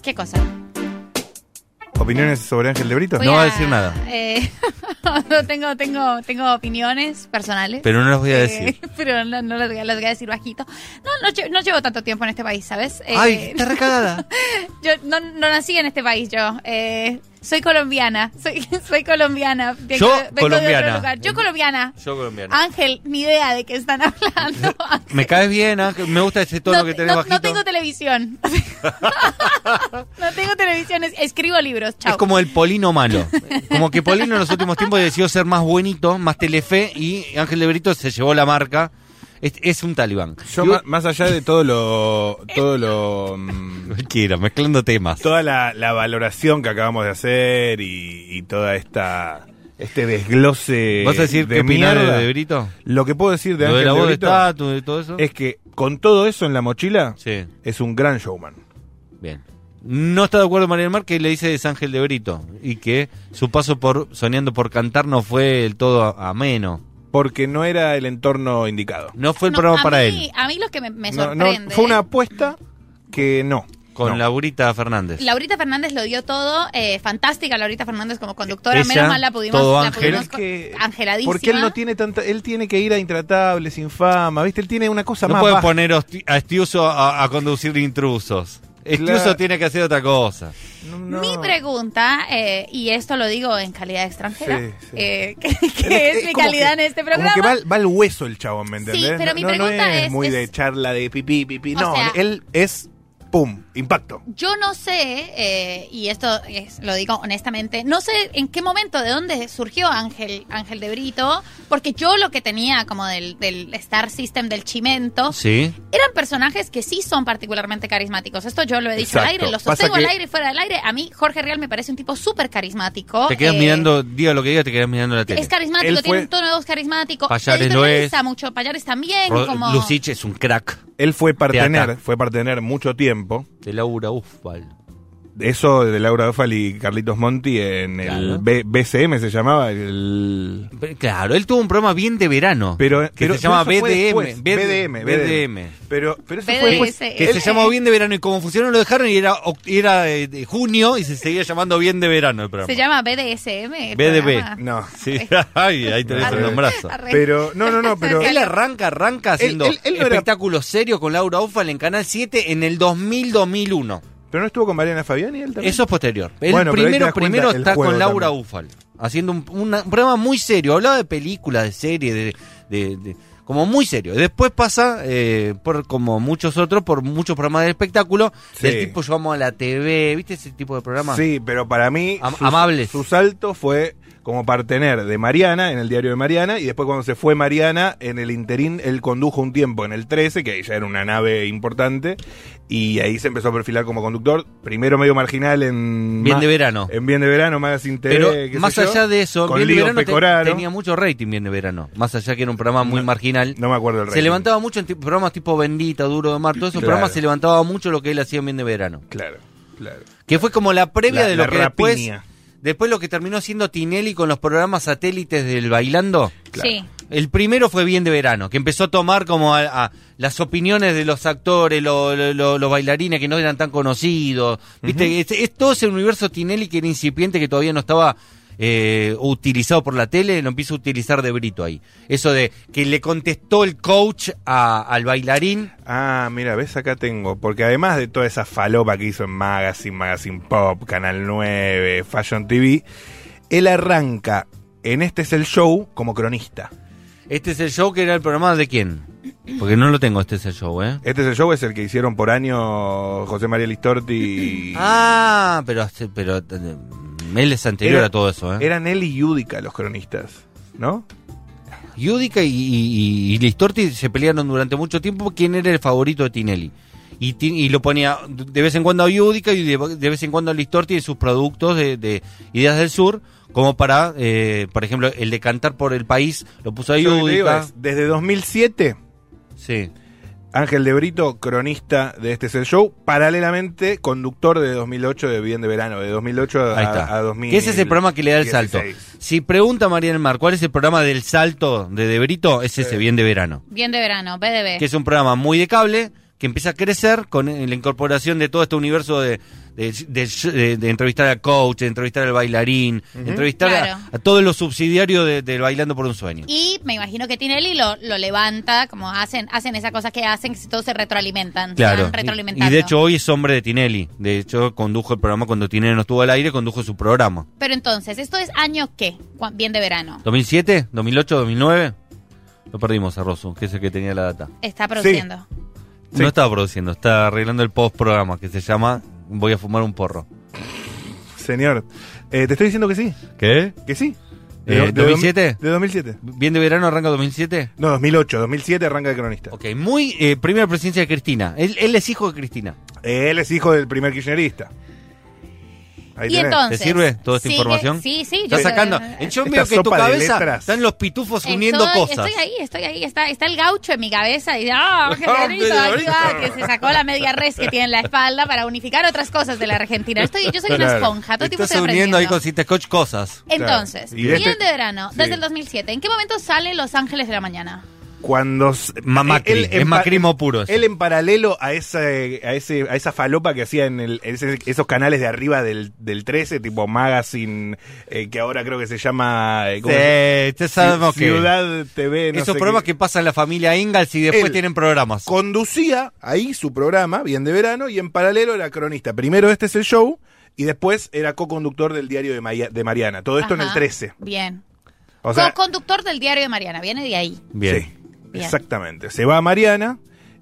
Speaker 5: ¿Qué cosa?
Speaker 4: ¿Opiniones sobre Ángel de Brito?
Speaker 5: Voy
Speaker 3: No va a decir nada.
Speaker 5: eh, (laughs) no, tengo, tengo, tengo opiniones personales.
Speaker 3: Pero no las voy a
Speaker 5: Eh,
Speaker 3: decir.
Speaker 5: (laughs) pero no, no las, voy a- las voy a decir bajito. No, no, lle- no llevo tanto tiempo en este país, ¿sabes? Eh,
Speaker 3: Ay,
Speaker 5: (laughs)
Speaker 3: está recagada.
Speaker 5: yo no, no nací en este país, yo. Eh, soy colombiana. (laughs) Soy, soy colombiana. Vengo-
Speaker 3: Yo,
Speaker 5: vengo de otro
Speaker 3: colombiana.
Speaker 5: lugar. Yo colombiana.
Speaker 3: Yo colombiano.
Speaker 5: Ángel, ni idea de qué están
Speaker 3: (laughs)
Speaker 5: (laughs) hablando.
Speaker 3: Me caes bien, Ángel. Me gusta ese tono
Speaker 5: No,
Speaker 3: que
Speaker 5: te-
Speaker 3: tenés
Speaker 5: no- no
Speaker 3: bajito.
Speaker 5: tengo
Speaker 3: (laughs)
Speaker 5: televisión. (laughs) no tengo televisión, es- escribo libros, chao.
Speaker 3: Es como el Polino malo. Como que Polino en los últimos tiempos decidió ser más buenito, más telefe, y Ángel de Brito se llevó la marca. Es, es un talibán.
Speaker 4: Yo,
Speaker 3: Y-
Speaker 4: ma- más allá de todo lo. Todo lo. mm,
Speaker 3: Cualquiera, mezclando temas.
Speaker 4: toda la, la valoración que acabamos de hacer y, y toda esta. Este desglose.
Speaker 3: ¿Vas a decir
Speaker 4: de
Speaker 3: qué opinás
Speaker 4: mierda.
Speaker 3: de Brito?
Speaker 4: Lo que puedo decir de
Speaker 3: Lo de
Speaker 4: Ángel
Speaker 3: la
Speaker 4: de,
Speaker 3: voz de
Speaker 4: Brito
Speaker 3: estatus, de todo eso.
Speaker 4: es que con todo eso en la mochila
Speaker 3: Sí,
Speaker 4: es un gran showman.
Speaker 3: bien. No está de acuerdo María del Mar que le dice es Ángel de Brito y que su paso por soñando por cantar no fue el todo ameno.
Speaker 4: porque no era el entorno indicado.
Speaker 3: No fue el
Speaker 5: No,
Speaker 3: programa
Speaker 5: a
Speaker 3: para
Speaker 5: mí-
Speaker 3: él.
Speaker 5: A mí lo que me, me
Speaker 4: No, no,
Speaker 5: sorprende.
Speaker 4: fue una apuesta que no.
Speaker 3: Con
Speaker 4: no.
Speaker 3: Laurita Fernández.
Speaker 5: Laurita Fernández lo dio todo, eh, fantástica Laurita Fernández como conductora,
Speaker 3: Ella,
Speaker 5: menos mal la pudimos,
Speaker 3: todo
Speaker 5: la
Speaker 3: ángel.
Speaker 4: Pero
Speaker 5: pudimos
Speaker 4: es que.
Speaker 5: co- angeladísima.
Speaker 4: Porque él no tiene tanta. Él tiene que ir a intratable, sin fama, ¿viste? Él tiene una cosa
Speaker 3: No
Speaker 4: más.
Speaker 3: pueden
Speaker 4: baja.
Speaker 3: poner hosti- a Estiuso a, a conducir intrusos. Estiuso
Speaker 4: Claro.
Speaker 3: tiene que hacer otra cosa.
Speaker 4: No, no.
Speaker 5: Mi pregunta, eh, y esto lo digo en calidad extranjera,
Speaker 4: Sí, sí.
Speaker 5: eh, (laughs) que, que es, mi
Speaker 4: como
Speaker 5: calidad
Speaker 4: que-
Speaker 5: en este
Speaker 4: como
Speaker 5: programa.
Speaker 4: que va, al- va al hueso el chabón, ¿me
Speaker 5: Sí,
Speaker 4: entendés?
Speaker 5: pero mi
Speaker 4: no, no
Speaker 5: pregunta
Speaker 4: es,
Speaker 5: es-
Speaker 4: muy
Speaker 5: es-
Speaker 4: de charla de pipí, pipí.
Speaker 5: O
Speaker 4: No,
Speaker 5: sea-
Speaker 4: él es. ¡Pum! Impacto.
Speaker 5: Yo no sé, eh, y esto es- lo digo honestamente, no sé en qué momento, de dónde surgió Ángel, Ángel de Brito, porque yo lo que tenía como del, del Star System del Chimento
Speaker 3: Sí.
Speaker 5: eran personajes que sí son particularmente carismáticos. Esto yo lo he dicho al
Speaker 4: Exacto.
Speaker 5: aire, lo
Speaker 4: Pasa
Speaker 5: sostengo
Speaker 4: que-
Speaker 5: al aire y fuera del aire. A mí Jorge Real me parece un tipo súper carismático.
Speaker 3: Te quedas
Speaker 5: Eh,
Speaker 3: mirando, diga lo que diga, te quedas mirando la tele.
Speaker 5: Es carismático,
Speaker 4: Él
Speaker 5: tiene
Speaker 4: fue-
Speaker 5: un tono de voz carismático.
Speaker 3: Payares
Speaker 5: Él
Speaker 3: lo es.
Speaker 5: realiza mucho. Payares también.
Speaker 3: Ro-
Speaker 5: como...
Speaker 3: Lucich es un crack
Speaker 4: Él fue partener,
Speaker 3: ataca.
Speaker 4: fue partener mucho tiempo.
Speaker 3: de Laura Ufval.
Speaker 4: Eso de Laura Dofal y Carlitos Monti en el
Speaker 3: Claro.
Speaker 4: B- BCM se llamaba. El...
Speaker 3: Pero, Claro, él tuvo un programa bien de verano.
Speaker 4: Pero,
Speaker 3: que
Speaker 4: pero-
Speaker 3: se llama
Speaker 4: pero eso fue
Speaker 3: BDM.
Speaker 4: después. BDM, BDM. Pero, pero eso fue después.
Speaker 5: BDSM.
Speaker 3: Que
Speaker 4: Él-
Speaker 3: se llamó Bien de Verano y como funcionó lo dejaron y era, oct- y era eh, de junio y se seguía llamando Bien de Verano el programa.
Speaker 5: Se llama BDSM. el
Speaker 3: BDB.
Speaker 5: programa. Ah,
Speaker 4: No.
Speaker 3: Ah. Sí, (laughs) Ay, ahí tenés
Speaker 4: Arre.
Speaker 3: el nombrazo.
Speaker 5: Arre.
Speaker 4: Pero, no, no, no, pero.
Speaker 3: Él arranca, arranca haciendo
Speaker 4: él- él no era-
Speaker 3: espectáculos serios con Laura Ufal en Canal 7 en el 2000-2001.
Speaker 4: Pero no estuvo con Mariana Fabiani él también.
Speaker 3: Eso es posterior. El
Speaker 4: Bueno, pero ahí te
Speaker 3: primero,
Speaker 4: das cuenta
Speaker 3: primero
Speaker 4: el
Speaker 3: está
Speaker 4: juego
Speaker 3: con Laura
Speaker 4: también.
Speaker 3: Ufal, haciendo un, una- un programa muy serio. Hablaba de películas, de series, de, de- de- como muy serio. Después pasa, eh, por como muchos otros, por muchos programas de espectáculo,
Speaker 4: Sí.
Speaker 3: del tipo Yo amo a la TV, ¿viste ese tipo de programas?
Speaker 4: Sí, pero para mí.
Speaker 3: Am- amables.
Speaker 4: Su salto fue como partener de Mariana en el diario de Mariana y después cuando se fue Mariana en el interín él condujo un tiempo en el 13 que ahí ya era una nave importante y ahí se empezó a perfilar como conductor primero medio marginal en
Speaker 3: Bien
Speaker 4: Ma-
Speaker 3: de verano.
Speaker 4: en bien de verano más
Speaker 3: Pero
Speaker 4: interés
Speaker 3: más allá de eso,
Speaker 4: con
Speaker 3: Bien de
Speaker 4: Lío
Speaker 3: Verano te-
Speaker 4: Pecoraro.
Speaker 3: tenía mucho rating Bien de Verano. Más allá que era un programa muy
Speaker 4: No-
Speaker 3: marginal.
Speaker 4: no me acuerdo el
Speaker 3: se
Speaker 4: rating.
Speaker 3: levantaba mucho en ti- programas tipo Bendita, Duro de Mar, todos esos
Speaker 4: Claro.
Speaker 3: programas se levantaba mucho lo que él hacía en Bien de Verano.
Speaker 4: claro claro
Speaker 3: Que fue como la previa
Speaker 4: La-
Speaker 3: de lo
Speaker 4: la
Speaker 3: que
Speaker 4: rapiña.
Speaker 3: después. Después lo que terminó siendo Tinelli con los programas satélites del Bailando.
Speaker 4: Claro.
Speaker 5: Sí.
Speaker 3: El primero fue bien de verano, que empezó a tomar como a- a las opiniones de los actores, lo- lo- lo- los bailarines que no eran tan conocidos. ¿Viste? es, es todo ese universo Tinelli que era incipiente, que todavía no estaba eh, utilizado por la tele, lo empieza a utilizar de Brito ahí. Eso de que le contestó el coach a- al bailarín.
Speaker 4: Ah, mira, ves acá tengo, porque además de toda esa falopa que hizo en Magazine, Magazine Pop, Canal 9, Fashion TV, él arranca en Este es el show como cronista.
Speaker 3: Este es el show que era el programa de quién? Porque no lo tengo, este es el show, ¿eh?
Speaker 4: Este es el show es el que hicieron por año José María Listorti. y-
Speaker 3: (clears throat) Ah, pero, hace- pero eh, él es anterior
Speaker 4: Era-
Speaker 3: a todo eso, ¿eh?
Speaker 4: Eran él y Yudica los cronistas, ¿no?
Speaker 3: Yudica y, y- y- y Listorti se pelearon durante mucho tiempo quién era el favorito de Tinelli. Y, Ti- y lo ponía de vez en cuando a Yudica y de, de vez en cuando a Listorti en sus productos de, de Ideas del Sur, como para, eh, por ejemplo, el de Cantar por el País, lo puso a
Speaker 4: Yo lo que te digo
Speaker 3: Yudica.
Speaker 4: es, desde 2007,
Speaker 3: Sí.
Speaker 4: Ángel de Brito, cronista de Este es el show, paralelamente conductor de 2008 de Bien de Verano, de 2008 a,
Speaker 3: Ahí está.
Speaker 4: a 2000.
Speaker 3: Que ese es el programa que le da el salto. Si pregunta María del Mar, ¿cuál es el programa del salto de De Brito? Es
Speaker 4: Eh,
Speaker 3: ese, bien de verano.
Speaker 5: Bien de verano, BDB.
Speaker 3: que es un programa muy de cable, que empieza a crecer con eh, la incorporación de todo este universo de, de- de- de- de entrevistar al coach, de entrevistar al bailarín, de entrevistar a-
Speaker 5: Claro.
Speaker 3: a, todos los subsidiarios de, del Bailando por un Sueño.
Speaker 5: Y me imagino que Tinelli lo, lo levanta, como hacen hacen esa cosa que hacen, que si todos se retroalimentan. se
Speaker 3: Claro.
Speaker 5: van
Speaker 3: Y
Speaker 5: retroalimentando.
Speaker 3: de hecho hoy es hombre de Tinelli. De hecho condujo el programa cuando Tinelli no estuvo al aire, condujo su programa.
Speaker 5: Pero entonces, ¿esto es año qué? Cu- Bien de verano.
Speaker 3: ¿2007? ¿2008? ¿2009? Lo perdimos a Rosu, que es el que tenía la data.
Speaker 5: Está produciendo.
Speaker 4: Sí.
Speaker 3: No estaba produciendo, estaba arreglando el post programa que se llama Voy a fumar un porro.
Speaker 4: Señor, eh, te estoy diciendo que sí,
Speaker 3: ¿Qué?
Speaker 4: que sí.
Speaker 3: Eh,
Speaker 4: do- do-
Speaker 3: 2007?
Speaker 4: De 2007.
Speaker 3: ¿Bien de verano arranca 2007?
Speaker 4: No, 2008, 2007 arranca de cronista.
Speaker 3: Ok, muy eh, primera presencia de Cristina. Él, él es hijo de Cristina.
Speaker 4: Él es hijo del primer kirchnerista. Ahí
Speaker 5: y
Speaker 4: tenés.
Speaker 5: entonces.
Speaker 3: ¿Te sirve toda esta
Speaker 5: sigue-
Speaker 3: información?
Speaker 5: Sí, sí.
Speaker 3: Estás
Speaker 5: yo-
Speaker 3: sacando. Eh, Yo
Speaker 4: Esta
Speaker 3: veo que en tu
Speaker 4: sopa de
Speaker 3: cabeza
Speaker 4: letras.
Speaker 3: están los pitufos uniendo
Speaker 5: estoy,
Speaker 3: cosas.
Speaker 5: Estoy ahí, estoy ahí. Está, está el gaucho en mi cabeza. Y ¡ah! qué
Speaker 3: Ah,
Speaker 5: bonito,
Speaker 3: media
Speaker 5: ahí
Speaker 3: horita.
Speaker 5: va, que se sacó la media res que tiene en la espalda para unificar otras cosas de la Argentina. Estoy, yo soy una
Speaker 4: Claro.
Speaker 5: esponja. Todo el tiempo
Speaker 3: Estás
Speaker 5: estoy
Speaker 3: uniendo ahí
Speaker 5: aprendiendo.
Speaker 3: con Citescoch cosas.
Speaker 5: Entonces,
Speaker 4: Claro. Y
Speaker 5: y
Speaker 4: desde-
Speaker 5: de verano,
Speaker 4: Sí.
Speaker 5: desde el 2007. ¿En qué momento sale Los Ángeles de la Mañana?
Speaker 4: Cuando s-
Speaker 3: Ma- Macri,
Speaker 4: él en
Speaker 3: es
Speaker 4: pa-
Speaker 3: macrismo puro eso.
Speaker 4: Él en paralelo a esa, eh, a ese, a esa falopa que hacía en el- ese- esos canales de arriba del, del 13, tipo Magazine, eh, que ahora creo que se llama eh,
Speaker 3: Sí,
Speaker 4: ¿cómo se-
Speaker 3: te sabemos que.
Speaker 4: Ciudad TV. no
Speaker 3: Esos
Speaker 4: sé
Speaker 3: programas
Speaker 4: qué.
Speaker 3: que pasan la familia Ingalls y después
Speaker 4: Él-
Speaker 3: tienen programas.
Speaker 4: conducía ahí su programa, bien de verano, y en paralelo era cronista. Primero este es el show y después era co-conductor del diario de, Maya- de Mariana. Todo esto en el
Speaker 5: Ajá.
Speaker 4: 13.
Speaker 5: Bien.
Speaker 4: O sea,
Speaker 5: Co-conductor del diario de Mariana, viene de ahí.
Speaker 3: Bien.
Speaker 4: sí,
Speaker 5: Bien.
Speaker 4: exactamente. Se va a Mariana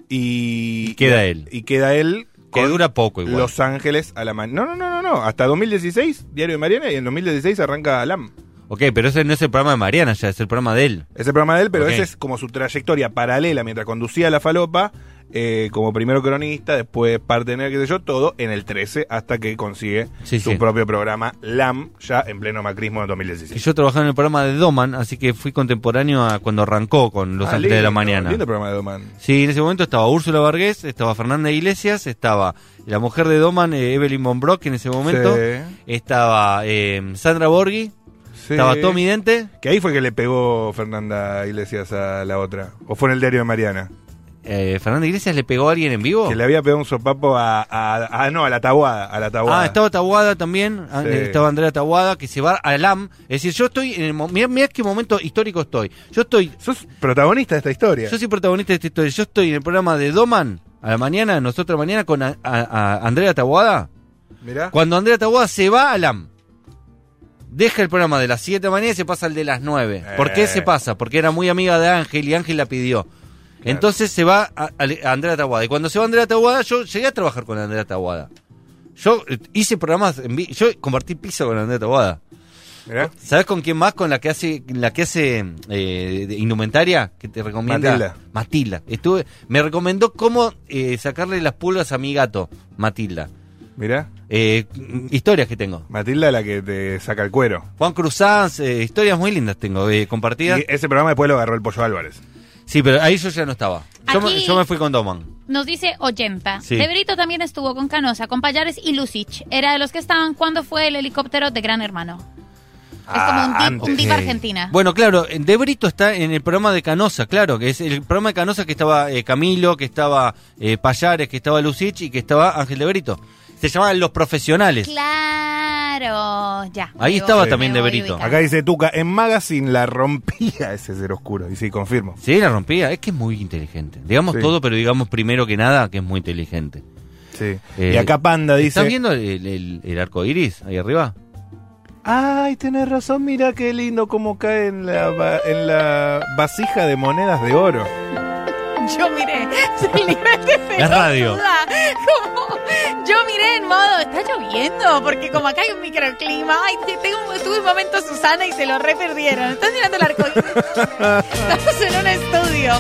Speaker 4: y,
Speaker 3: Y queda él.
Speaker 4: Y queda él.
Speaker 3: Que
Speaker 4: con
Speaker 3: dura poco igual.
Speaker 4: Los Ángeles a la mañana. No, no, no, no, no. Hasta 2016, Diario de Mariana, y en 2016 arranca LAM.
Speaker 3: Ok, pero ese no es el programa de Mariana, ya es el programa de él.
Speaker 4: Ese programa de él, pero
Speaker 3: Ok.
Speaker 4: ese es como su trayectoria paralela mientras conducía la falopa, eh, como primero cronista, después partener, qué sé yo, todo en el 13 hasta que consigue
Speaker 3: Sí,
Speaker 4: su
Speaker 3: sí.
Speaker 4: propio programa LAM, ya en pleno macrismo en
Speaker 3: Que
Speaker 4: 2016.
Speaker 3: yo trabajaba en el programa de Doman, así que fui contemporáneo a cuando arrancó con Los
Speaker 4: Ah,
Speaker 3: Ángeles de la
Speaker 4: lindo,
Speaker 3: Mañana.
Speaker 4: Lindo programa de Doman.
Speaker 3: Sí, en ese momento estaba Úrsula Vargés, estaba Fernanda Iglesias, estaba la mujer de Doman, eh, Evelyn Monbrock en ese momento,
Speaker 4: Sí,
Speaker 3: estaba eh, Sandra Borghi,
Speaker 4: sí.
Speaker 3: estaba Tommy Dente,
Speaker 4: Que ahí fue que le pegó Fernanda Iglesias a la otra. O fue en el diario de Mariana.
Speaker 3: eh, Fernanda Iglesias le pegó a alguien en vivo.
Speaker 4: Que le había pegado un sopapo a. a- a- no, a la Tabuada. A la Tabuada.
Speaker 3: Ah, estaba Taguada también, ah,
Speaker 4: Sí.
Speaker 3: estaba Andrea Taguada, que se va a LAM. Es decir, yo estoy en el mo- mirá- mirá qué momento histórico estoy. Yo estoy
Speaker 4: Sos protagonista de esta historia.
Speaker 3: Yo soy protagonista de esta historia. Yo estoy en el programa de Doman a la mañana, nosotros mañana con a- a- a Andrea Taboada.
Speaker 4: Mirá.
Speaker 3: Cuando Andrea Taboada se va a LAM, deja el programa de las 7 de la mañana y se pasa al de las 9. ¿Por qué
Speaker 4: Eh.
Speaker 3: se pasa? Porque era muy amiga de Ángel y Ángel la pidió. Entonces se va a, a- a Andrea Taboada. Y cuando se va Andrea Taboada, yo llegué a trabajar con Andrea Taboada. Yo eh, hice programas, en vi- yo compartí piso con Andrea Taboada.
Speaker 4: Mirá.
Speaker 3: ¿Sabes con quién más? Con la que hace, la que hace eh, de indumentaria, que te recomienda.
Speaker 4: Matilda.
Speaker 3: Matilda. Estuve, me recomendó cómo eh, sacarle las pulgas a mi gato, Matilda.
Speaker 4: Mirá.
Speaker 3: Eh, mm, historias que tengo.
Speaker 4: Matilda la que te saca el cuero.
Speaker 3: Juan Cruzanz, eh, historias muy lindas tengo, eh, compartidas.
Speaker 4: Y ese programa después lo agarró el Pollo Álvarez.
Speaker 3: Sí, pero ahí yo ya no estaba. Yo, me,
Speaker 5: Aquí-
Speaker 3: yo me fui con Doman.
Speaker 5: Nos dice Oyenta.
Speaker 3: Sí.
Speaker 5: De Brito también estuvo con Canosa, con Payares y Lucich. Era de los que estaban cuando fue el helicóptero de Gran Hermano. es como un
Speaker 4: Ah,
Speaker 5: dip, un
Speaker 4: antes.
Speaker 5: dip
Speaker 3: Sí.
Speaker 5: argentina.
Speaker 3: Bueno, claro, eh, De Brito está en el programa de Canosa, claro, que es el programa de Canosa que estaba eh, Camilo, que estaba eh, Payares, que estaba Lucich y que estaba Ángel De Brito. Se llamaban Los Profesionales.
Speaker 5: Claro, ya.
Speaker 3: Ahí
Speaker 5: me
Speaker 3: estaba
Speaker 5: me
Speaker 3: también de
Speaker 5: voy
Speaker 3: Brito.
Speaker 5: ubicando.
Speaker 4: Acá dice Tuca, en Magazine la rompía (laughs) ese ser oscuro. Y sí, confirmo.
Speaker 3: Sí, la rompía. Es que es muy inteligente. Digamos
Speaker 4: Sí.
Speaker 3: todo, pero digamos primero que nada que es muy inteligente.
Speaker 4: Sí.
Speaker 3: Eh,
Speaker 4: y acá Panda dice.
Speaker 3: ¿Estás viendo el, el- el arco iris ahí arriba?
Speaker 4: Ay, tenés razón, mira qué lindo cómo cae en la, va- en la vasija de monedas de oro.
Speaker 5: Yo miré. (laughs) el nivel de
Speaker 3: La radio.
Speaker 5: pelotuda. Como, yo miré en modo, está lloviendo, porque como acá hay un microclima. Ay, te- tengo un, tuve un momento Susana y se lo re perdieron. Estás mirando el arco
Speaker 3: (laughs)
Speaker 5: iris. Estamos en un estudio.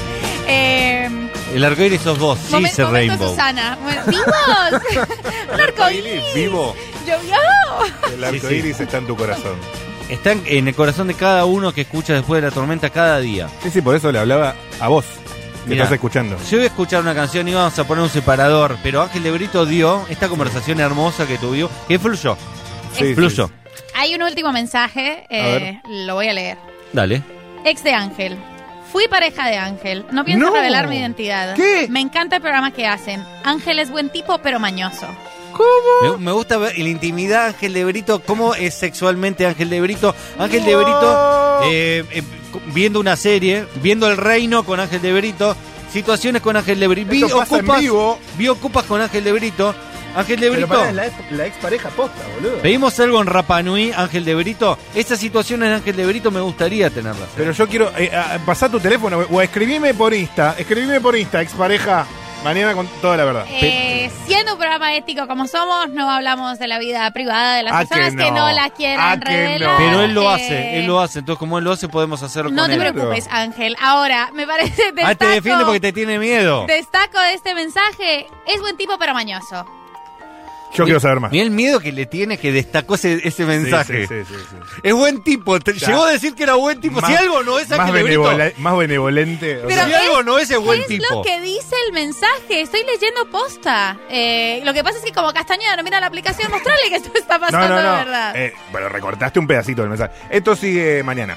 Speaker 5: Eh,
Speaker 3: El arco iris sos vos, sí,
Speaker 5: momen-
Speaker 3: ese
Speaker 5: momento
Speaker 3: Rainbow.
Speaker 5: Susana. Mo-
Speaker 3: (laughs)
Speaker 5: ¡Vivos! un arco iris.
Speaker 4: vivo.
Speaker 5: Llovió.
Speaker 4: El
Speaker 3: Sí,
Speaker 4: arco
Speaker 3: sí.
Speaker 4: iris está en tu corazón.
Speaker 3: Está en, en el corazón de cada uno que escucha después de la tormenta cada día.
Speaker 4: Sí, sí, por eso le hablaba a vos, que
Speaker 3: Mirá.
Speaker 4: estás escuchando.
Speaker 3: Si voy a escuchar una canción y vamos a poner un separador, pero Ángel de Brito dio esta conversación hermosa que tuvimos, que fluyó,
Speaker 4: Sí, sí,
Speaker 3: fluyó.
Speaker 4: sí.
Speaker 5: Hay un último mensaje. eh, lo voy a leer.
Speaker 3: Dale.
Speaker 5: Ex de Ángel. Fui pareja de Ángel. No pienso
Speaker 4: No.
Speaker 5: revelar mi identidad.
Speaker 4: ¿Qué?
Speaker 5: Me encanta el programa que hacen. Ángel es buen tipo, pero mañoso.
Speaker 4: Uh.
Speaker 3: Me, me gusta ver la intimidad de Ángel de Brito, cómo es sexualmente Ángel de Brito. Ángel de Brito
Speaker 4: Oh. Uh.
Speaker 3: eh, eh, co- viendo una serie, viendo el reino con Ángel de Brito, situaciones con Ángel de Brito. Vi
Speaker 4: Esto pasa en
Speaker 3: ocupas,
Speaker 4: vivo.
Speaker 3: vi ocupas con Ángel de Brito. Ángel de Brito.
Speaker 4: ex pareja posta, boludo.
Speaker 3: Pedimos algo en Rapanui, Ángel de Brito. Esas situaciones de Ángel de Brito me gustaría tenerlas.
Speaker 4: Pero yo quiero. Eh, a- pasá tu teléfono o escribime por Insta. Escribime por Insta, expareja. Mañana con toda la verdad.
Speaker 5: Eh, siendo un programa ético como somos, no hablamos de la vida privada de las
Speaker 4: Ah,
Speaker 5: personas
Speaker 4: que
Speaker 5: que
Speaker 4: no.
Speaker 5: no, la
Speaker 4: Ah,
Speaker 5: quieran
Speaker 4: que
Speaker 5: revelar.
Speaker 4: no.
Speaker 3: Pero él lo
Speaker 5: Eh,
Speaker 3: hace, él lo hace. Entonces, como él lo hace, podemos hacerlo
Speaker 5: No
Speaker 3: con
Speaker 5: te
Speaker 3: él.
Speaker 4: Claro.
Speaker 5: preocupes, Ángel. Ahora, me parece destaco,
Speaker 3: Ah, te defiende porque te tiene miedo.
Speaker 5: destaco de este mensaje. Es buen tipo, pero mañoso.
Speaker 4: Yo quiero saber más.
Speaker 3: Mirá el miedo que le tiene que destacó ese, ese mensaje.
Speaker 4: Sí, sí, sí, sí, sí.
Speaker 3: Es buen tipo. te-
Speaker 4: Ya.
Speaker 3: Llegó a decir que era buen tipo. si algo no es
Speaker 4: más,
Speaker 3: aquí le grito.
Speaker 4: benevola- más benevolente. o
Speaker 3: Si
Speaker 4: sea,
Speaker 5: Pero-
Speaker 3: algo no es, es buen
Speaker 5: ¿Qué
Speaker 3: tipo.
Speaker 5: es lo que dice el mensaje? Estoy leyendo posta. Eh, lo que pasa es que como Castañeda no mira la aplicación, mostrarle que esto está pasando
Speaker 4: no, no,
Speaker 5: de
Speaker 4: no.
Speaker 5: verdad.
Speaker 4: Eh, pero recortaste un pedacito del mensaje. Esto sigue mañana.